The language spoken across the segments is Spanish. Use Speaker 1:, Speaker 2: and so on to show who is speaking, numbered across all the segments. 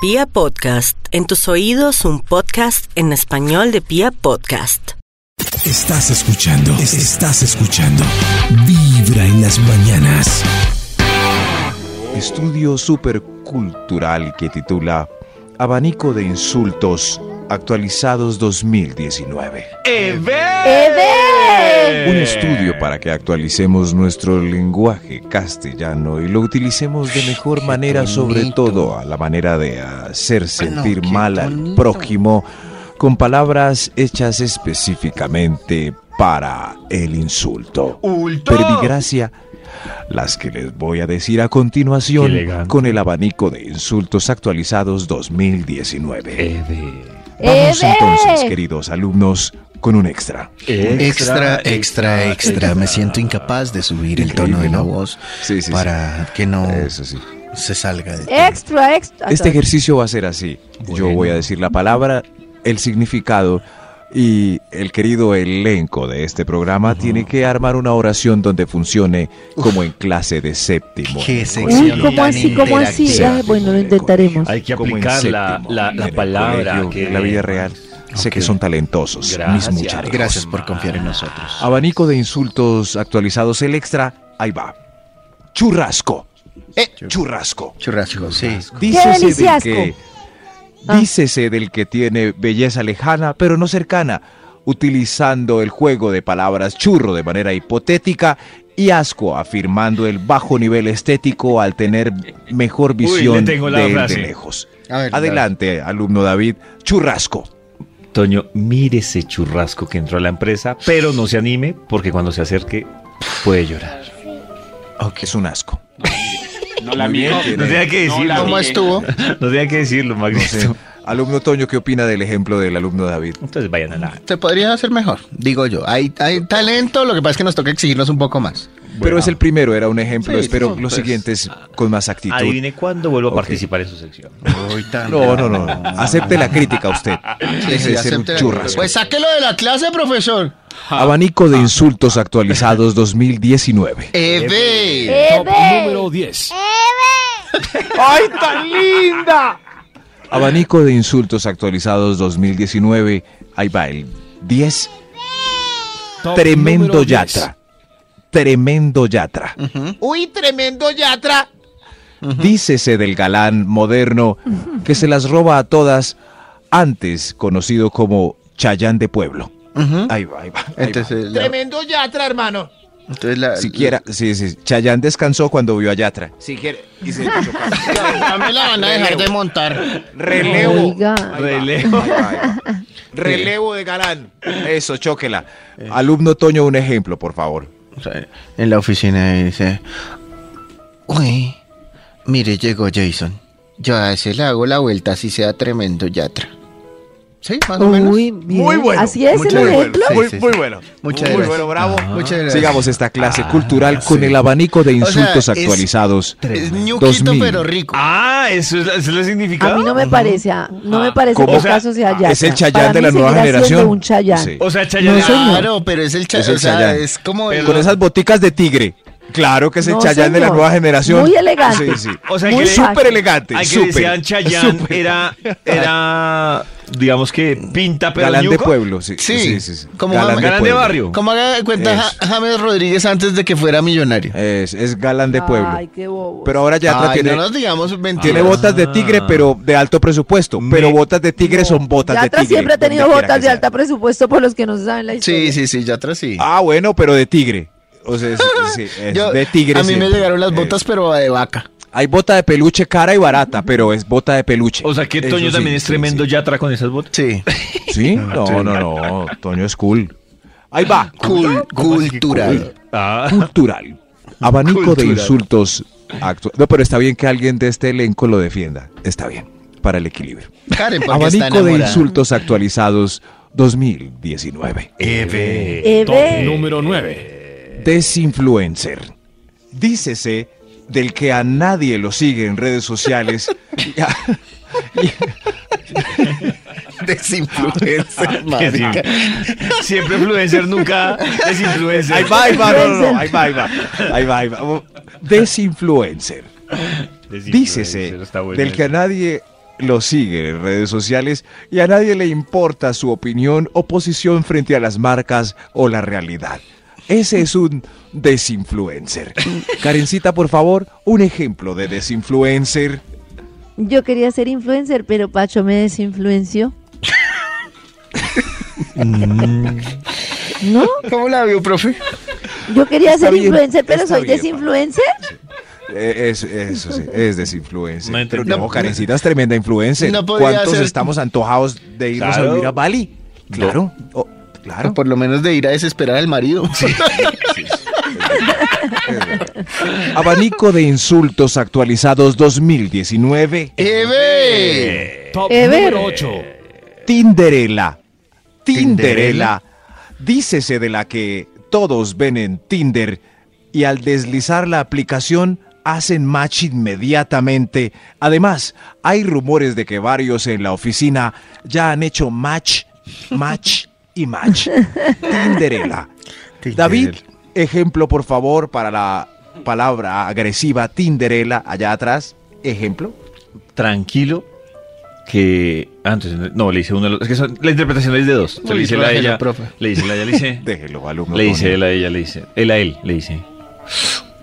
Speaker 1: Pia Podcast, en tus oídos un podcast en español de Pia Podcast.
Speaker 2: Estás escuchando, estás escuchando. Vibra en las mañanas.
Speaker 3: Estudio supercultural que titula Abanico de insultos actualizados 2019. Un estudio para que actualicemos nuestro lenguaje castellano y lo utilicemos de mejor manera, sobre todo a la manera de hacer sentir mal al prójimo con palabras hechas específicamente para el insulto. Perdigracia, las que les voy a decir a
Speaker 4: Qué
Speaker 3: continuación
Speaker 4: elegante.
Speaker 3: con el abanico de insultos actualizados
Speaker 5: Eh.
Speaker 3: 2019.
Speaker 4: E
Speaker 3: Vamos
Speaker 6: Eve.
Speaker 3: entonces, queridos alumnos, con un extra.
Speaker 5: Extra, extra, extra. Me siento incapaz de subir el tono de la
Speaker 3: Increíble, ¿no?
Speaker 5: voz
Speaker 3: Sí, sí,
Speaker 5: para que no
Speaker 3: Eso sí.
Speaker 5: se salga de
Speaker 6: Extra, extra.
Speaker 3: Este ejercicio va a ser así. Yo
Speaker 5: Bueno.
Speaker 3: voy a decir la palabra, el significado y el querido elenco de este programa tiene que armar una oración donde funcione como en clase de séptimo.
Speaker 5: Qué
Speaker 6: Uy,
Speaker 5: sección
Speaker 6: ¿cómo
Speaker 5: tan
Speaker 6: así? ¿Cómo así?
Speaker 5: interactiva.
Speaker 6: Ay, bueno, lo intentaremos.
Speaker 4: Hay que
Speaker 3: Como en
Speaker 4: aplicar la,
Speaker 3: séptimo,
Speaker 4: la, la
Speaker 3: en el
Speaker 4: palabra.
Speaker 3: colegio,
Speaker 4: que-
Speaker 3: en la vida real. Sé que
Speaker 5: Ok.
Speaker 3: son talentosos,
Speaker 4: Gracias.
Speaker 3: mis muchachos.
Speaker 5: Gracias por confiar en nosotros.
Speaker 3: Abanico de insultos actualizados, el extra, ahí va. Churrasco. Eh, churrasco.
Speaker 5: Churrasco, sí.
Speaker 3: Dícese del
Speaker 6: deliciasco!
Speaker 3: que,
Speaker 6: Ah.
Speaker 3: dícese del que tiene belleza lejana, pero no cercana, utilizando el juego de palabras churro de manera hipotética y asco, afirmando el bajo nivel estético al tener mejor visión
Speaker 4: tengo la
Speaker 3: de él de
Speaker 4: frase.
Speaker 3: lejos.
Speaker 5: A ver,
Speaker 3: Adelante, alumno David, churrasco.
Speaker 4: Toño, mire ese churrasco que entró a la empresa, pero no se anime porque cuando se acerque puede llorar.
Speaker 3: Es un asco.
Speaker 7: No la
Speaker 3: Muy bien,
Speaker 7: mire.
Speaker 3: tiene-
Speaker 4: tenía que
Speaker 7: No la
Speaker 4: decirlo.
Speaker 5: ¿Cómo
Speaker 7: mire.
Speaker 5: estuvo?
Speaker 4: No tenía que decirlo,
Speaker 3: No sé.
Speaker 4: Magneto.
Speaker 3: Alumno Toño, ¿qué opina del ejemplo del alumno David?
Speaker 4: Entonces vayan a la.
Speaker 5: Te podría hacer mejor, digo yo. Hay, hay talento, lo que pasa es que nos toca exigirnos un poco más.
Speaker 3: Pero es el primero, era un ejemplo.
Speaker 5: Sí,
Speaker 3: Espero
Speaker 5: pues,
Speaker 3: los siguientes con más actitud.
Speaker 4: Adivine cuándo vuelvo a
Speaker 3: Ok.
Speaker 4: participar en su sección.
Speaker 3: No, no, no. Acepte la crítica usted.
Speaker 5: Sí, sí,
Speaker 3: Ese es ser un
Speaker 5: acepte la-
Speaker 3: churrasco.
Speaker 5: Pues sáquelo de la clase, profesor.
Speaker 3: Abanico de insultos actualizados 2019.
Speaker 5: Eve.
Speaker 2: Top
Speaker 6: Eve.
Speaker 2: número 10.
Speaker 3: Abanico de insultos actualizados 2019. Ahí va el 10.
Speaker 2: Top número
Speaker 3: Tremendo
Speaker 2: 10.
Speaker 3: yatra. Tremendo yatra.
Speaker 5: Uy, tremendo yatra.
Speaker 3: Dícese del galán moderno que se las roba a todas, antes conocido como Chayán de Pueblo. Ahí va, ahí va. ahí va.
Speaker 5: Entonces, la-
Speaker 8: Tremendo yatra, hermano.
Speaker 5: entonces la-
Speaker 3: Siquiera, sí, sí. Chayán descansó cuando vio a Yatra.
Speaker 7: Si quiere.
Speaker 5: Ya me la van a dejar de montar.
Speaker 3: Relevo.
Speaker 6: Oiga.
Speaker 3: Relevo.
Speaker 7: Relevo de galán.
Speaker 3: Eso, chóquela.
Speaker 5: Eh.
Speaker 3: Alumno Toño, un ejemplo, por favor.
Speaker 5: O sea, en la oficina y dice, uy, mire, llegó Jason. Yo a ese le hago la vuelta así sea tremendo yatra. Sí, más o menos.
Speaker 6: Uy, mire,
Speaker 7: Muy bueno.
Speaker 6: Así es
Speaker 5: Muchas
Speaker 6: el
Speaker 5: gracias.
Speaker 6: ejemplo.
Speaker 5: Sí,
Speaker 7: muy,
Speaker 5: sí, sí.
Speaker 7: muy bueno.
Speaker 5: Muchas
Speaker 7: muy
Speaker 5: gracias.
Speaker 7: bueno, bravo.
Speaker 5: Muchas gracias.
Speaker 3: Sigamos esta clase cultural con
Speaker 5: Ah, sí.
Speaker 3: el abanico de
Speaker 5: sea,
Speaker 3: insultos
Speaker 5: es-
Speaker 3: actualizados.
Speaker 5: Es ñuquito
Speaker 3: 2000.
Speaker 5: pero rico.
Speaker 4: Ah, eso es, la- ese es el significado.
Speaker 6: A mí no me parece, a- no me parece
Speaker 3: ¿Cómo?
Speaker 6: que caso sea Yatra.
Speaker 3: Es el
Speaker 6: Para
Speaker 3: Chayán de
Speaker 6: mí
Speaker 3: la nueva
Speaker 6: seguirá siendo
Speaker 3: generación.
Speaker 6: un Chayán.
Speaker 3: Sí.
Speaker 4: O sea, Chayanne.
Speaker 6: No, señor.
Speaker 5: claro, pero es el chayán.
Speaker 3: Es
Speaker 5: Es,
Speaker 3: el
Speaker 5: o sea,
Speaker 3: Chayán.
Speaker 5: es como el-
Speaker 3: Con esas boticas de tigre. Claro que es el
Speaker 6: No,
Speaker 3: Chayán de la
Speaker 6: señor.
Speaker 3: nueva generación.
Speaker 6: Muy elegante.
Speaker 3: Sí, sí.
Speaker 4: O sea,
Speaker 6: Muy
Speaker 4: que
Speaker 6: fácil.
Speaker 3: Súper elegante.
Speaker 4: Al que
Speaker 3: súper,
Speaker 4: decían Chayanne
Speaker 3: súper.
Speaker 4: era, era, digamos que pinta pero
Speaker 3: Galán de
Speaker 4: ñuco.
Speaker 3: pueblo, sí.
Speaker 5: Sí, como
Speaker 3: galán,
Speaker 5: mamá.
Speaker 3: de,
Speaker 4: Galán de
Speaker 3: pueblo.
Speaker 4: barrio.
Speaker 5: Como haga de cuenta
Speaker 3: Es.
Speaker 5: Ja- James Rodríguez antes de que fuera millonario.
Speaker 3: Es, es galán de pueblo.
Speaker 6: Ay, qué bobo.
Speaker 3: pero ahora Yatra
Speaker 5: Ay,
Speaker 3: tiene,
Speaker 5: no nos digamos mentiras.
Speaker 3: tiene botas de tigre, pero de alto presupuesto. Pero botas de tigre son botas de
Speaker 6: Yatra
Speaker 3: tigre.
Speaker 6: siempre ha tenido
Speaker 3: donde quiera
Speaker 6: botas
Speaker 3: que
Speaker 6: de
Speaker 3: sea.
Speaker 6: alta presupuesto por los que no se saben la
Speaker 5: Sí,
Speaker 6: historia.
Speaker 5: sí, sí, yatra sí.
Speaker 3: Ah, bueno, pero de tigre. O sea, es- sí, es
Speaker 5: Yo-
Speaker 3: de tigre.
Speaker 5: A mí me
Speaker 3: siempre.
Speaker 5: llegaron las
Speaker 3: Eh,
Speaker 5: botas, pero de vaca.
Speaker 3: hay bota de peluche cara y barata, pero es bota de peluche.
Speaker 4: O sea, que
Speaker 3: Eso
Speaker 4: Toño
Speaker 3: sí,
Speaker 4: también es
Speaker 3: sí,
Speaker 4: tremendo
Speaker 3: Sí,
Speaker 4: yatra con esas botas.
Speaker 5: Sí.
Speaker 3: ¿Sí? No, no, no. Toño es cool. Ahí va.
Speaker 5: Cul- cultural.
Speaker 4: Ah.
Speaker 3: Cultural. Abanico de
Speaker 5: Cultural.
Speaker 3: insultos. actu- No, pero está bien que alguien de este elenco lo defienda. Está bien. Para el equilibrio.
Speaker 5: Karen, porque está
Speaker 3: Abanico de
Speaker 5: enamorada.
Speaker 3: insultos actualizados 2019.
Speaker 4: Eve.
Speaker 6: Eve.
Speaker 4: Top
Speaker 2: Número 9.
Speaker 5: Eh.
Speaker 3: desinfluencer. Dícese del que a nadie lo sigue en redes sociales. y a-
Speaker 5: Desinfluencer, marica.
Speaker 4: Siempre influencer, nunca es influencer.
Speaker 3: ahí va, ahí va, no, no, no, ahí va, ahí va, ahí va, ahí va. Desinfluencer.
Speaker 4: Desinfluencer,
Speaker 3: Dícese
Speaker 4: está bueno
Speaker 3: del que a
Speaker 4: eso.
Speaker 3: nadie lo sigue en redes sociales y a nadie le importa su opinión o posición frente a las marcas o la realidad. Ese es un desinfluencer. Karencita, por favor, un ejemplo de desinfluencer.
Speaker 6: Yo quería ser influencer, pero Pacho me desinfluenció.
Speaker 3: Mm.
Speaker 6: ¿No?
Speaker 5: ¿Cómo la vio, profe?
Speaker 6: Yo quería
Speaker 3: Está
Speaker 6: ser
Speaker 3: bien,
Speaker 6: influencer, pero
Speaker 3: está
Speaker 6: soy
Speaker 3: bien,
Speaker 6: desinfluencer.
Speaker 3: Eh, Es, eso sí, es desinfluencer.
Speaker 4: No
Speaker 3: Pero
Speaker 4: entendí.
Speaker 3: No, Karencita es tremenda influencer.
Speaker 5: No podría
Speaker 3: ¿Cuántos
Speaker 5: ser-
Speaker 3: estamos antojados de irnos a
Speaker 4: Claro.
Speaker 3: vivir a Bali? Claro, oh, claro.
Speaker 5: Por lo menos de ir a desesperar al marido.
Speaker 3: Abanico de insultos actualizados 2019.
Speaker 5: ¡Eve!
Speaker 2: Top
Speaker 6: Ever.
Speaker 2: número 8.
Speaker 3: Tinderela. Tinderela. Dícese de la que todos ven en Tinder y al deslizar la aplicación hacen match inmediatamente. Además, hay rumores de que varios en la oficina ya han hecho match, match y match. Tinderela. David, ejemplo por favor para la palabra agresiva Tinderela allá atrás. Ejemplo.
Speaker 4: Tranquilo. Que antes, no, le hice uno. de los- Es que son- la interpretación es de dos. Entonces,
Speaker 5: Uy,
Speaker 4: le hice la de
Speaker 5: déjelo,
Speaker 4: ella.
Speaker 5: profe.
Speaker 4: Le hice la de ella, le hice.
Speaker 3: Déjelo, alumno.
Speaker 4: Le dice
Speaker 3: Tony.
Speaker 4: él a ella, le dice. Él a él, le dice.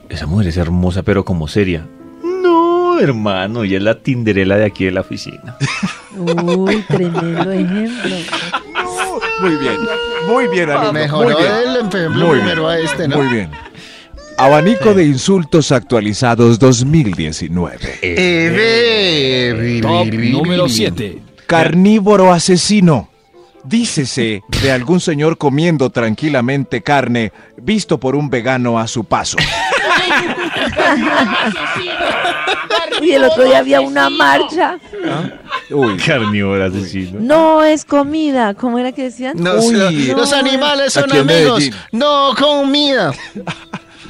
Speaker 4: Esa mujer es hermosa, pero como seria. No, hermano, ella es la tinderela de aquí de la oficina.
Speaker 6: Uy, tremendo ejemplo.
Speaker 3: Muy bien, muy bien, alumno.
Speaker 5: Mejoró
Speaker 3: muy bien.
Speaker 5: el ejemplo
Speaker 3: Muy
Speaker 5: primero a
Speaker 3: bien,
Speaker 5: este, ¿no?
Speaker 3: Muy bien. Abanico de insultos actualizados 2019.
Speaker 5: ¡Eve!
Speaker 2: Top número 7.
Speaker 3: Carnívoro asesino. Dícese de algún señor comiendo tranquilamente carne visto por un vegano a su paso.
Speaker 6: Y el otro día había una marcha.
Speaker 3: Uy,
Speaker 4: Carnívoro asesino.
Speaker 6: No es comida. ¿Cómo era que decían?
Speaker 5: No,
Speaker 3: Uy.
Speaker 5: o sea, los
Speaker 6: No,
Speaker 5: animales son
Speaker 3: aquí en
Speaker 5: amigos,
Speaker 3: Medellín.
Speaker 5: no comida.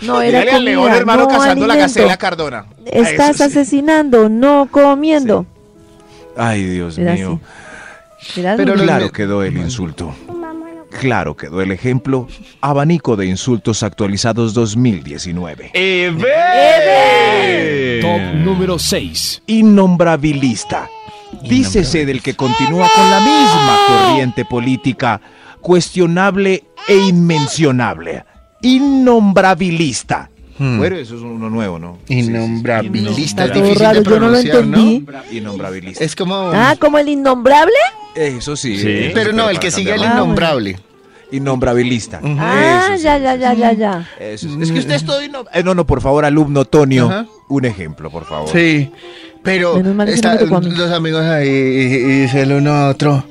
Speaker 6: No era
Speaker 7: Dale
Speaker 6: comida.
Speaker 7: al león, hermano,
Speaker 6: no
Speaker 7: cazando la
Speaker 6: alimento.
Speaker 7: gacela Cardona.
Speaker 6: Estás asesinando, no comiendo.
Speaker 3: ay, Dios
Speaker 6: Era
Speaker 3: mío.
Speaker 6: Era
Speaker 5: Pero
Speaker 6: duro.
Speaker 5: los-
Speaker 3: Claro quedó el insulto. Claro quedó el ejemplo. Abanico de insultos actualizados 2019.
Speaker 2: Top número 6.
Speaker 3: innombrabilista. Dícese del que continúa con la misma corriente política, cuestionable e inmencionable. Innombrabilista.
Speaker 5: Hmm.
Speaker 3: Bueno, eso es uno nuevo, ¿no?
Speaker 5: Innombrabilista, es
Speaker 6: Todo
Speaker 5: difícil
Speaker 6: raro,
Speaker 5: de
Speaker 6: yo no lo
Speaker 5: pronunciar, ¿no?
Speaker 6: entendí.
Speaker 3: Innombrabilista.
Speaker 5: Es como...
Speaker 6: Ah, como el innombrable.
Speaker 3: Eso sí.
Speaker 4: Sí.
Speaker 3: eso
Speaker 5: pero
Speaker 3: sí,
Speaker 5: no, el
Speaker 3: para
Speaker 5: que sigue
Speaker 3: cambiarlo.
Speaker 5: el
Speaker 6: Ah, bueno.
Speaker 5: innombrable.
Speaker 3: Innombrabilista.
Speaker 6: Ah,
Speaker 3: Eso sí,
Speaker 6: ya, ya, ya, ya, ya.
Speaker 3: eso sí. Es que usted es todo innom- Eh, no, no, por favor, alumno Tonio,
Speaker 5: Ajá.
Speaker 3: un ejemplo, por favor.
Speaker 5: Sí, pero
Speaker 6: Menos mal que
Speaker 5: está-
Speaker 6: no me tocó a mí.
Speaker 5: los amigos ahí y, y dice el uno a otro.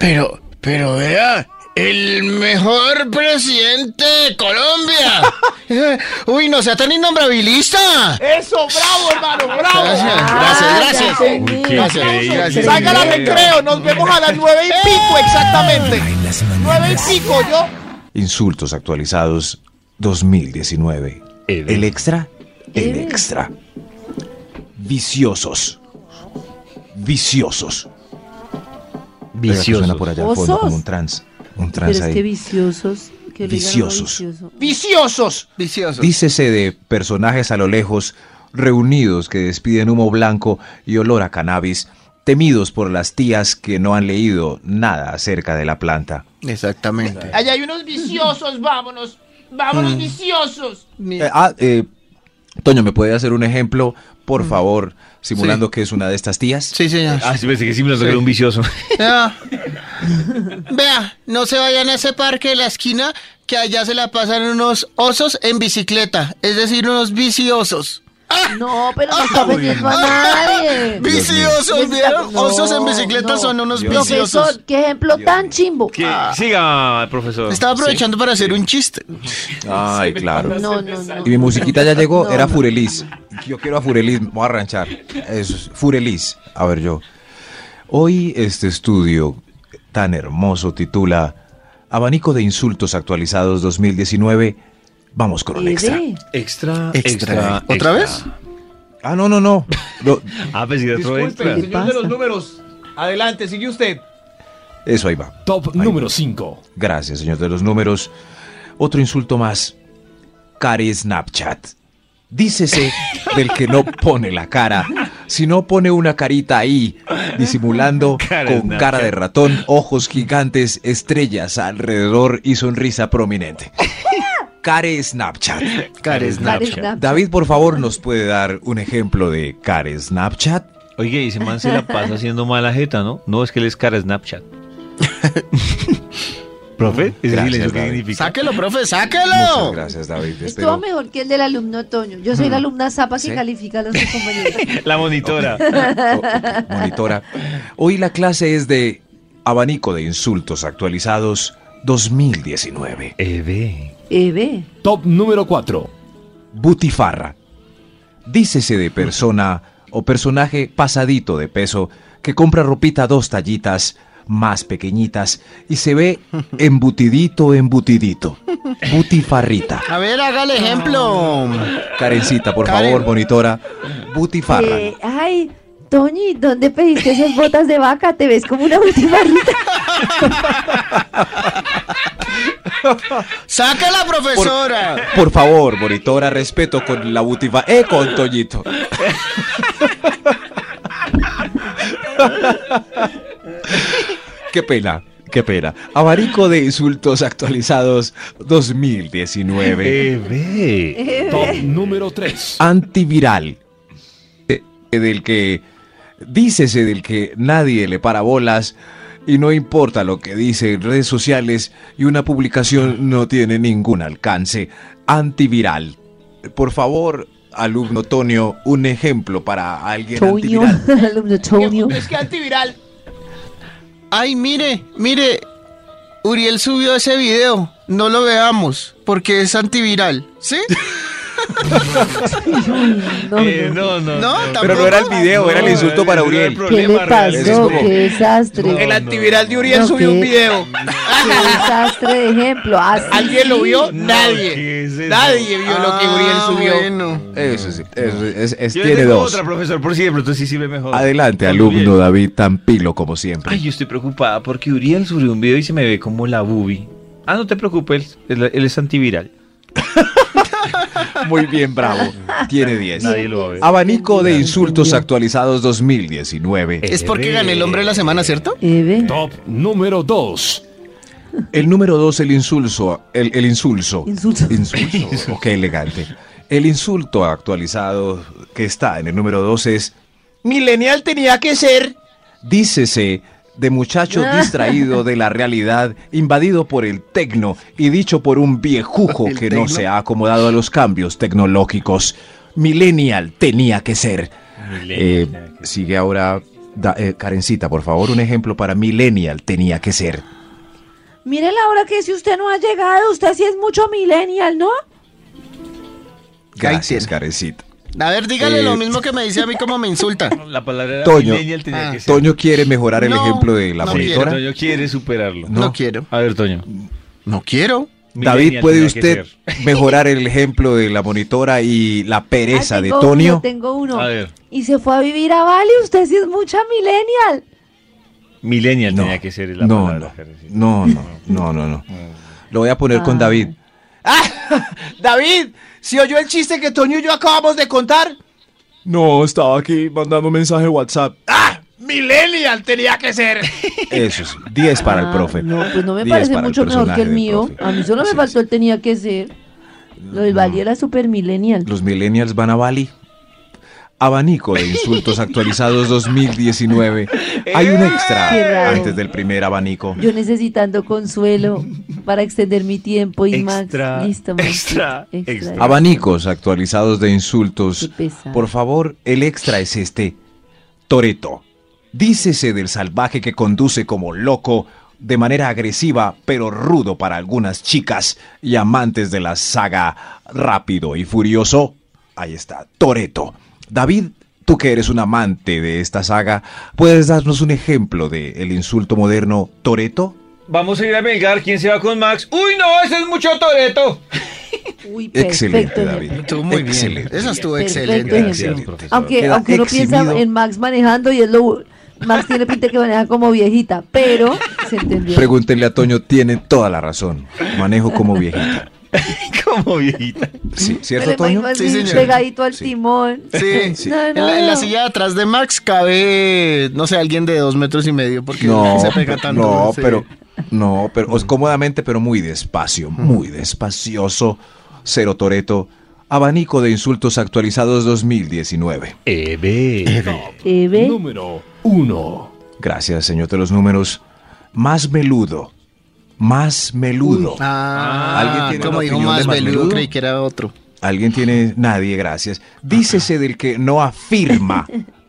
Speaker 5: Pero, pero vea, el mejor presidente de Colombia. Uy, no sea tan innombrabilista.
Speaker 7: Eso, bravo, hermano, bravo.
Speaker 5: Gracias,
Speaker 6: Ah,
Speaker 5: gracias,
Speaker 6: ya
Speaker 5: gracias.
Speaker 6: entendí.
Speaker 4: Uy, qué
Speaker 5: Gracias,
Speaker 4: increíble.
Speaker 5: gracias.
Speaker 7: Salgan al recreo, nos vemos a las nueve y pico exactamente.
Speaker 2: En las
Speaker 7: Nueve
Speaker 2: mañanas.
Speaker 7: y pico, yo.
Speaker 3: Insultos actualizados 2019.
Speaker 4: El-
Speaker 3: El extra, el
Speaker 6: Eh.
Speaker 3: extra. Viciosos. Viciosos. Oiga, que
Speaker 4: Vicioso.
Speaker 3: Suena por allá al fondo
Speaker 6: Osos.
Speaker 3: como un trans. Un
Speaker 6: Pero
Speaker 3: trans
Speaker 6: es que
Speaker 3: ahí.
Speaker 6: viciosos. Que le digan a uno
Speaker 3: Viciosos.
Speaker 6: vicioso.
Speaker 7: Viciosos.
Speaker 5: Vicioso.
Speaker 3: Dícese de personajes a lo lejos, reunidos que despiden humo blanco y olor a cannabis, temidos por las tías que no han leído nada acerca de la planta.
Speaker 5: Exactamente. Mm.
Speaker 7: Allá hay unos viciosos, vámonos. Vámonos, viciosos.
Speaker 3: Eh, ah, eh, Toño, ¿me puede hacer un ejemplo, por favor, simulando que es una de estas tías?
Speaker 5: Mm. Sí, señor.
Speaker 4: Ah, sí, pensé que sí me lo toqué
Speaker 5: Sí.
Speaker 4: un vicioso.
Speaker 5: Ah. Vea, no se vayan a ese parque de la esquina que allá se la pasan unos osos en bicicleta, es decir, unos viciosos. ¡Ah!
Speaker 6: No, pero no está vendiendo a nadie.
Speaker 5: Viciosos, ¿vieron?
Speaker 6: No,
Speaker 5: Osos en bicicleta
Speaker 6: no.
Speaker 5: son unos
Speaker 3: Dios.
Speaker 5: viciosos.
Speaker 6: Profesor, qué ejemplo tan chimbo. Ah,
Speaker 4: Que Siga, profesor.
Speaker 5: Estaba aprovechando para hacer un chiste.
Speaker 3: Ay, claro.
Speaker 6: No, no, no.
Speaker 3: Y mi musiquita ya llegó,
Speaker 6: No,
Speaker 3: era
Speaker 6: no.
Speaker 3: Furelis. Yo quiero a Furelis, me voy a arranchar. Eso es, Furelis. A ver yo. Hoy este estudio tan hermoso titula Abanico de Insultos Actualizados 2019. Vamos con un extra.
Speaker 6: Eve.
Speaker 4: Extra,
Speaker 5: Extra.
Speaker 4: extra.
Speaker 5: ¿Otra
Speaker 4: extra.
Speaker 3: Ah, no, no, no. Lo-
Speaker 4: Ah, pues sí, otro extra.
Speaker 6: ¿Qué pasa?
Speaker 7: números. Adelante, sigue usted.
Speaker 3: eso ahí va.
Speaker 2: Top número 5.
Speaker 3: Gracias, señor de los números. Otro insulto más. Care Snapchat. Dícese del que no pone la cara Si no pone una carita ahí, disimulando
Speaker 4: Cara
Speaker 3: con
Speaker 4: de
Speaker 3: cara de ratón, ojos gigantes, estrellas alrededor y sonrisa prominente. Care Snapchat.
Speaker 5: Care
Speaker 6: Care
Speaker 5: Snapchat.
Speaker 6: Snapchat.
Speaker 3: David, por favor, nos puede dar un ejemplo de Care Snapchat.
Speaker 4: Oye, y ese man se la pasa haciendo mala jeta, ¿no? No, es que él es cara Snapchat. ¿Profe? ¿Ese
Speaker 3: Gracias,
Speaker 4: silencio qué
Speaker 3: David.
Speaker 4: significa?
Speaker 5: Sáquelo, profe,
Speaker 3: Muchas
Speaker 5: sáquelo.
Speaker 3: gracias, David.
Speaker 6: Estuvo
Speaker 3: Espero-
Speaker 6: mejor que el del alumno Toño. Yo soy la alumna Zapa que
Speaker 3: Mm. ¿Sí?
Speaker 6: califica a los compañeros.
Speaker 4: La monitora.
Speaker 3: Oh, ok, monitora. Hoy la clase es de abanico de insultos actualizados 2019.
Speaker 4: Eve.
Speaker 6: Eve.
Speaker 2: Top número 4.
Speaker 3: Butifarra. Dícese de persona o personaje pasadito de peso que compra ropita dos tallitas más pequeñitas y se ve embutidito, embutidito. Butifarrita.
Speaker 5: A ver, hágale ejemplo.
Speaker 3: Karencita, por
Speaker 5: Karen.
Speaker 3: favor, monitora. Butifarra.
Speaker 6: Eh, ay, Toñi, ¿dónde pediste esas botas de vaca? Te ves como una ultimarrita.
Speaker 5: Sácala, profesora.
Speaker 3: Por favor, monitora, respeto con la butifarra. Eh, con Toñito. qué pena, qué pena. Abarico de insultos actualizados 2019.
Speaker 6: Eh,
Speaker 4: Eve.
Speaker 2: Top número 3.
Speaker 3: Antiviral. Eh, Del que, dícese del que nadie le para bolas y no importa lo que dice en redes sociales y una publicación no tiene ningún alcance. Antiviral. Por favor, alumno Tonio, un ejemplo para alguien
Speaker 6: Toño,
Speaker 3: antiviral.
Speaker 6: alumno Toño.
Speaker 7: Es que antiviral.
Speaker 5: Ay, mire, mire. Uriel subió ese video. No lo veamos, porque es antiviral. ¿Sí?
Speaker 6: No,
Speaker 4: Eh,
Speaker 6: no.
Speaker 4: no, no.
Speaker 5: No, tampoco.
Speaker 3: Pero no era el video, era el insulto para
Speaker 4: no era
Speaker 3: Uriel.
Speaker 4: el
Speaker 6: ¿Qué le
Speaker 4: problema real, ese es
Speaker 6: pasó?
Speaker 4: como-
Speaker 6: Qué desastre.
Speaker 4: El
Speaker 5: antiviral de
Speaker 6: Uriel No, subió un ¿qué?
Speaker 5: video.
Speaker 6: Qué desastre de ejemplo. Así.
Speaker 5: ¿Alguien lo vio?
Speaker 4: No, ¿qué
Speaker 5: Nadie.
Speaker 4: es eso?
Speaker 5: Nadie vio lo que Uriel subió.
Speaker 3: Eso sí, eso es- es- es-
Speaker 4: Yo le
Speaker 3: tiene
Speaker 4: tengo
Speaker 3: dos.
Speaker 4: otra, profesor, por si de pronto sí sirve mejor.
Speaker 3: Adelante,
Speaker 4: Con
Speaker 3: alumno
Speaker 4: Uriel.
Speaker 3: David Tampilo, como siempre.
Speaker 4: Ay, yo estoy preocupada porque Uriel subió un video y se me ve como la bubi. Ah, no te preocupes, él, él es antiviral.
Speaker 3: Muy bien, bravo. Tiene 10.
Speaker 4: Nadie lo va a ver.
Speaker 3: Abanico de insultos actualizados 2019.
Speaker 5: Es porque gané el hombre de la semana, ¿cierto?
Speaker 6: Eve.
Speaker 2: Top número 2.
Speaker 3: El número 2, el insulso. El, el insulso.
Speaker 6: Insulso.
Speaker 3: Insulso. Qué elegante. El insulto actualizado que está en el número 2 es. Millennial tenía que ser. Dícese de muchacho distraído de la realidad, invadido por el tecno y dicho por un viejujo
Speaker 5: ¿El
Speaker 3: que
Speaker 5: tecno?
Speaker 3: no se ha acomodado a los cambios tecnológicos. Millennial tenía que ser. Eh, sigue ahora, da- eh, Karencita, por favor, un ejemplo para Millennial tenía que ser.
Speaker 6: Mire la hora que si usted no ha llegado, usted sí es mucho millennial, ¿no?
Speaker 3: Gracias,
Speaker 5: Gaiter.
Speaker 3: Karencita.
Speaker 5: A ver, dígale
Speaker 3: Eh,
Speaker 5: lo mismo que me dice a mí como me insulta.
Speaker 4: La palabra era
Speaker 3: Toño.
Speaker 4: millennial, tenía
Speaker 5: Ah.
Speaker 4: que ser.
Speaker 3: Toño quiere mejorar el
Speaker 5: No,
Speaker 3: ejemplo de la
Speaker 5: no
Speaker 4: Sí,
Speaker 3: monitora.
Speaker 4: Toño quiere superarlo.
Speaker 5: No, quiero.
Speaker 4: A ver, Toño.
Speaker 5: No quiero.
Speaker 3: David,
Speaker 4: Millennial
Speaker 3: ¿puede
Speaker 4: tenía que
Speaker 3: usted
Speaker 4: ser.
Speaker 3: mejorar el ejemplo de la monitora y la pereza
Speaker 6: Ah,
Speaker 3: de
Speaker 6: tengo
Speaker 3: Tonio?
Speaker 6: uno, tengo uno.
Speaker 4: A ver.
Speaker 6: Y se fue a vivir a Bali, usted sí es mucha millennial.
Speaker 4: Millennial tenía que ser la
Speaker 3: no,
Speaker 4: palabra.
Speaker 3: no,
Speaker 4: Karencita.
Speaker 3: no, no, no, no, no. Lo voy a poner con
Speaker 6: Ah.
Speaker 3: David.
Speaker 5: David, ¿si oyó el chiste que Toño y yo acabamos de contar?
Speaker 3: No, estaba aquí mandando mensaje WhatsApp.
Speaker 5: Millennial tenía que ser.
Speaker 3: Eso sí, 10 para el
Speaker 6: Ah,
Speaker 3: profe.
Speaker 6: No, pues no me
Speaker 3: 10
Speaker 6: parece
Speaker 3: para
Speaker 6: mucho mejor
Speaker 3: personaje
Speaker 6: que el
Speaker 3: del
Speaker 6: mío.
Speaker 3: profe.
Speaker 6: A mí solo me
Speaker 3: Así
Speaker 6: faltó el tenía que ser. Lo del Bali era super millennial.
Speaker 3: es. Los millennials van a Bali. Abanico de insultos actualizados 2019. Hay un
Speaker 6: Qué
Speaker 3: extra
Speaker 6: raro.
Speaker 3: antes del primer abanico.
Speaker 6: Yo necesitando consuelo para extender mi tiempo y
Speaker 4: Extra,
Speaker 6: Max. Listo, Max.
Speaker 4: extra, extra.
Speaker 3: Abanicos actualizados de insultos.
Speaker 6: Qué pesado.
Speaker 3: Por favor, el extra es este. Toreto. Dícese del salvaje que conduce como loco, de manera agresiva, pero rudo para algunas chicas y amantes de la saga Rápido y Furioso. Ahí está, Toreto. David, tú que eres un amante de esta saga, ¿puedes darnos un ejemplo del insulto moderno Toreto?
Speaker 4: Vamos a ir a Melgar. ¿Quién se va con Max? ¡Uy, no! ¡Ese es mucho Toreto!
Speaker 6: Uy, perfecto.
Speaker 3: Excelente,
Speaker 6: ejemplo.
Speaker 3: David.
Speaker 5: Estuvo muy bien.
Speaker 3: Excelente.
Speaker 5: Esa estuvo
Speaker 6: Perfecto
Speaker 5: excelente.
Speaker 6: ejemplo.
Speaker 4: Gracias, profesor.
Speaker 6: Aunque,
Speaker 3: Queda
Speaker 6: aunque uno piensa
Speaker 3: exhibido.
Speaker 6: en Max manejando y es lo... Max tiene pinta que maneja como viejita, pero se entendió.
Speaker 3: Pregúntenle a Toño, tiene toda la razón. Manejo como viejita.
Speaker 4: Como viejita.
Speaker 3: Sí,
Speaker 6: Me lo
Speaker 3: ¿Cierto,
Speaker 6: imagino
Speaker 3: Toño?
Speaker 6: así,
Speaker 5: Sí, señor.
Speaker 6: pegadito al
Speaker 3: Sí.
Speaker 6: timón.
Speaker 5: Sí,
Speaker 3: Sí.
Speaker 5: En, la,
Speaker 6: No, no,
Speaker 5: en la
Speaker 6: no.
Speaker 5: silla de atrás de Max cabe, no sé, alguien de dos metros y medio, porque
Speaker 3: No,
Speaker 5: se pega tanto.
Speaker 3: no,
Speaker 5: sí. Mm.
Speaker 3: pero, no, pero os- cómodamente, pero muy despacio, muy despacioso. Cero Toreto, abanico de insultos actualizados 2019.
Speaker 4: Eve. No,
Speaker 6: Eh, ve.
Speaker 2: Número 1.
Speaker 3: Gracias, señor de los números. Más meludo, más meludo.
Speaker 5: Ah,
Speaker 3: ¿Alguien tiene
Speaker 5: como
Speaker 3: una
Speaker 5: dijo
Speaker 3: opinión de
Speaker 5: más
Speaker 3: más
Speaker 5: veludo,
Speaker 3: menudo?
Speaker 5: creí que era otro.
Speaker 3: ¿Alguien tiene? Nadie, gracias. Dícese del que no afirma,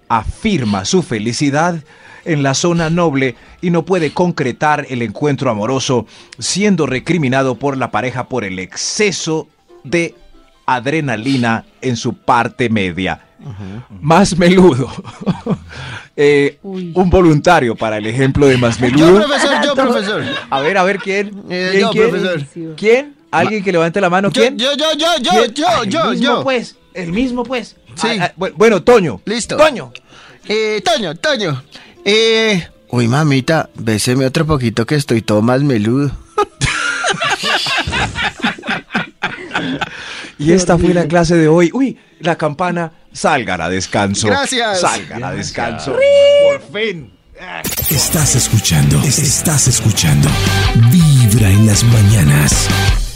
Speaker 3: afirma su felicidad en la zona noble y no puede concretar el encuentro amoroso, siendo recriminado por la pareja por el exceso de adrenalina en su parte media. Más meludo. Eh, un voluntario para el ejemplo de más
Speaker 5: Yo,
Speaker 3: meludo.
Speaker 5: profesor, yo, profesor.
Speaker 3: A ver, a ver, ¿quién?
Speaker 5: Eh,
Speaker 3: ¿Quién,
Speaker 5: yo,
Speaker 3: quién?
Speaker 5: profesor.
Speaker 3: ¿Quién? ¿Alguien que levante la mano?
Speaker 5: Yo,
Speaker 3: ¿Quién?
Speaker 5: yo, yo, yo, yo,
Speaker 3: ¿Quién?
Speaker 5: yo,
Speaker 3: Ah,
Speaker 5: yo,
Speaker 3: el mismo,
Speaker 5: yo.
Speaker 3: pues, el mismo, pues.
Speaker 5: Sí.
Speaker 3: Ah, ah, bueno, bueno, Toño.
Speaker 5: Listo.
Speaker 3: Toño.
Speaker 5: Eh, Toño, Toño. Eh, uy, mamita, béseme otro poquito que estoy todo más meludo.
Speaker 3: Y esta fue la clase de hoy. Uy, la campana, salgan a descanso.
Speaker 5: Gracias.
Speaker 3: Salgan a descanso.
Speaker 8: Estás escuchando, estás escuchando. Vibra en las mañanas.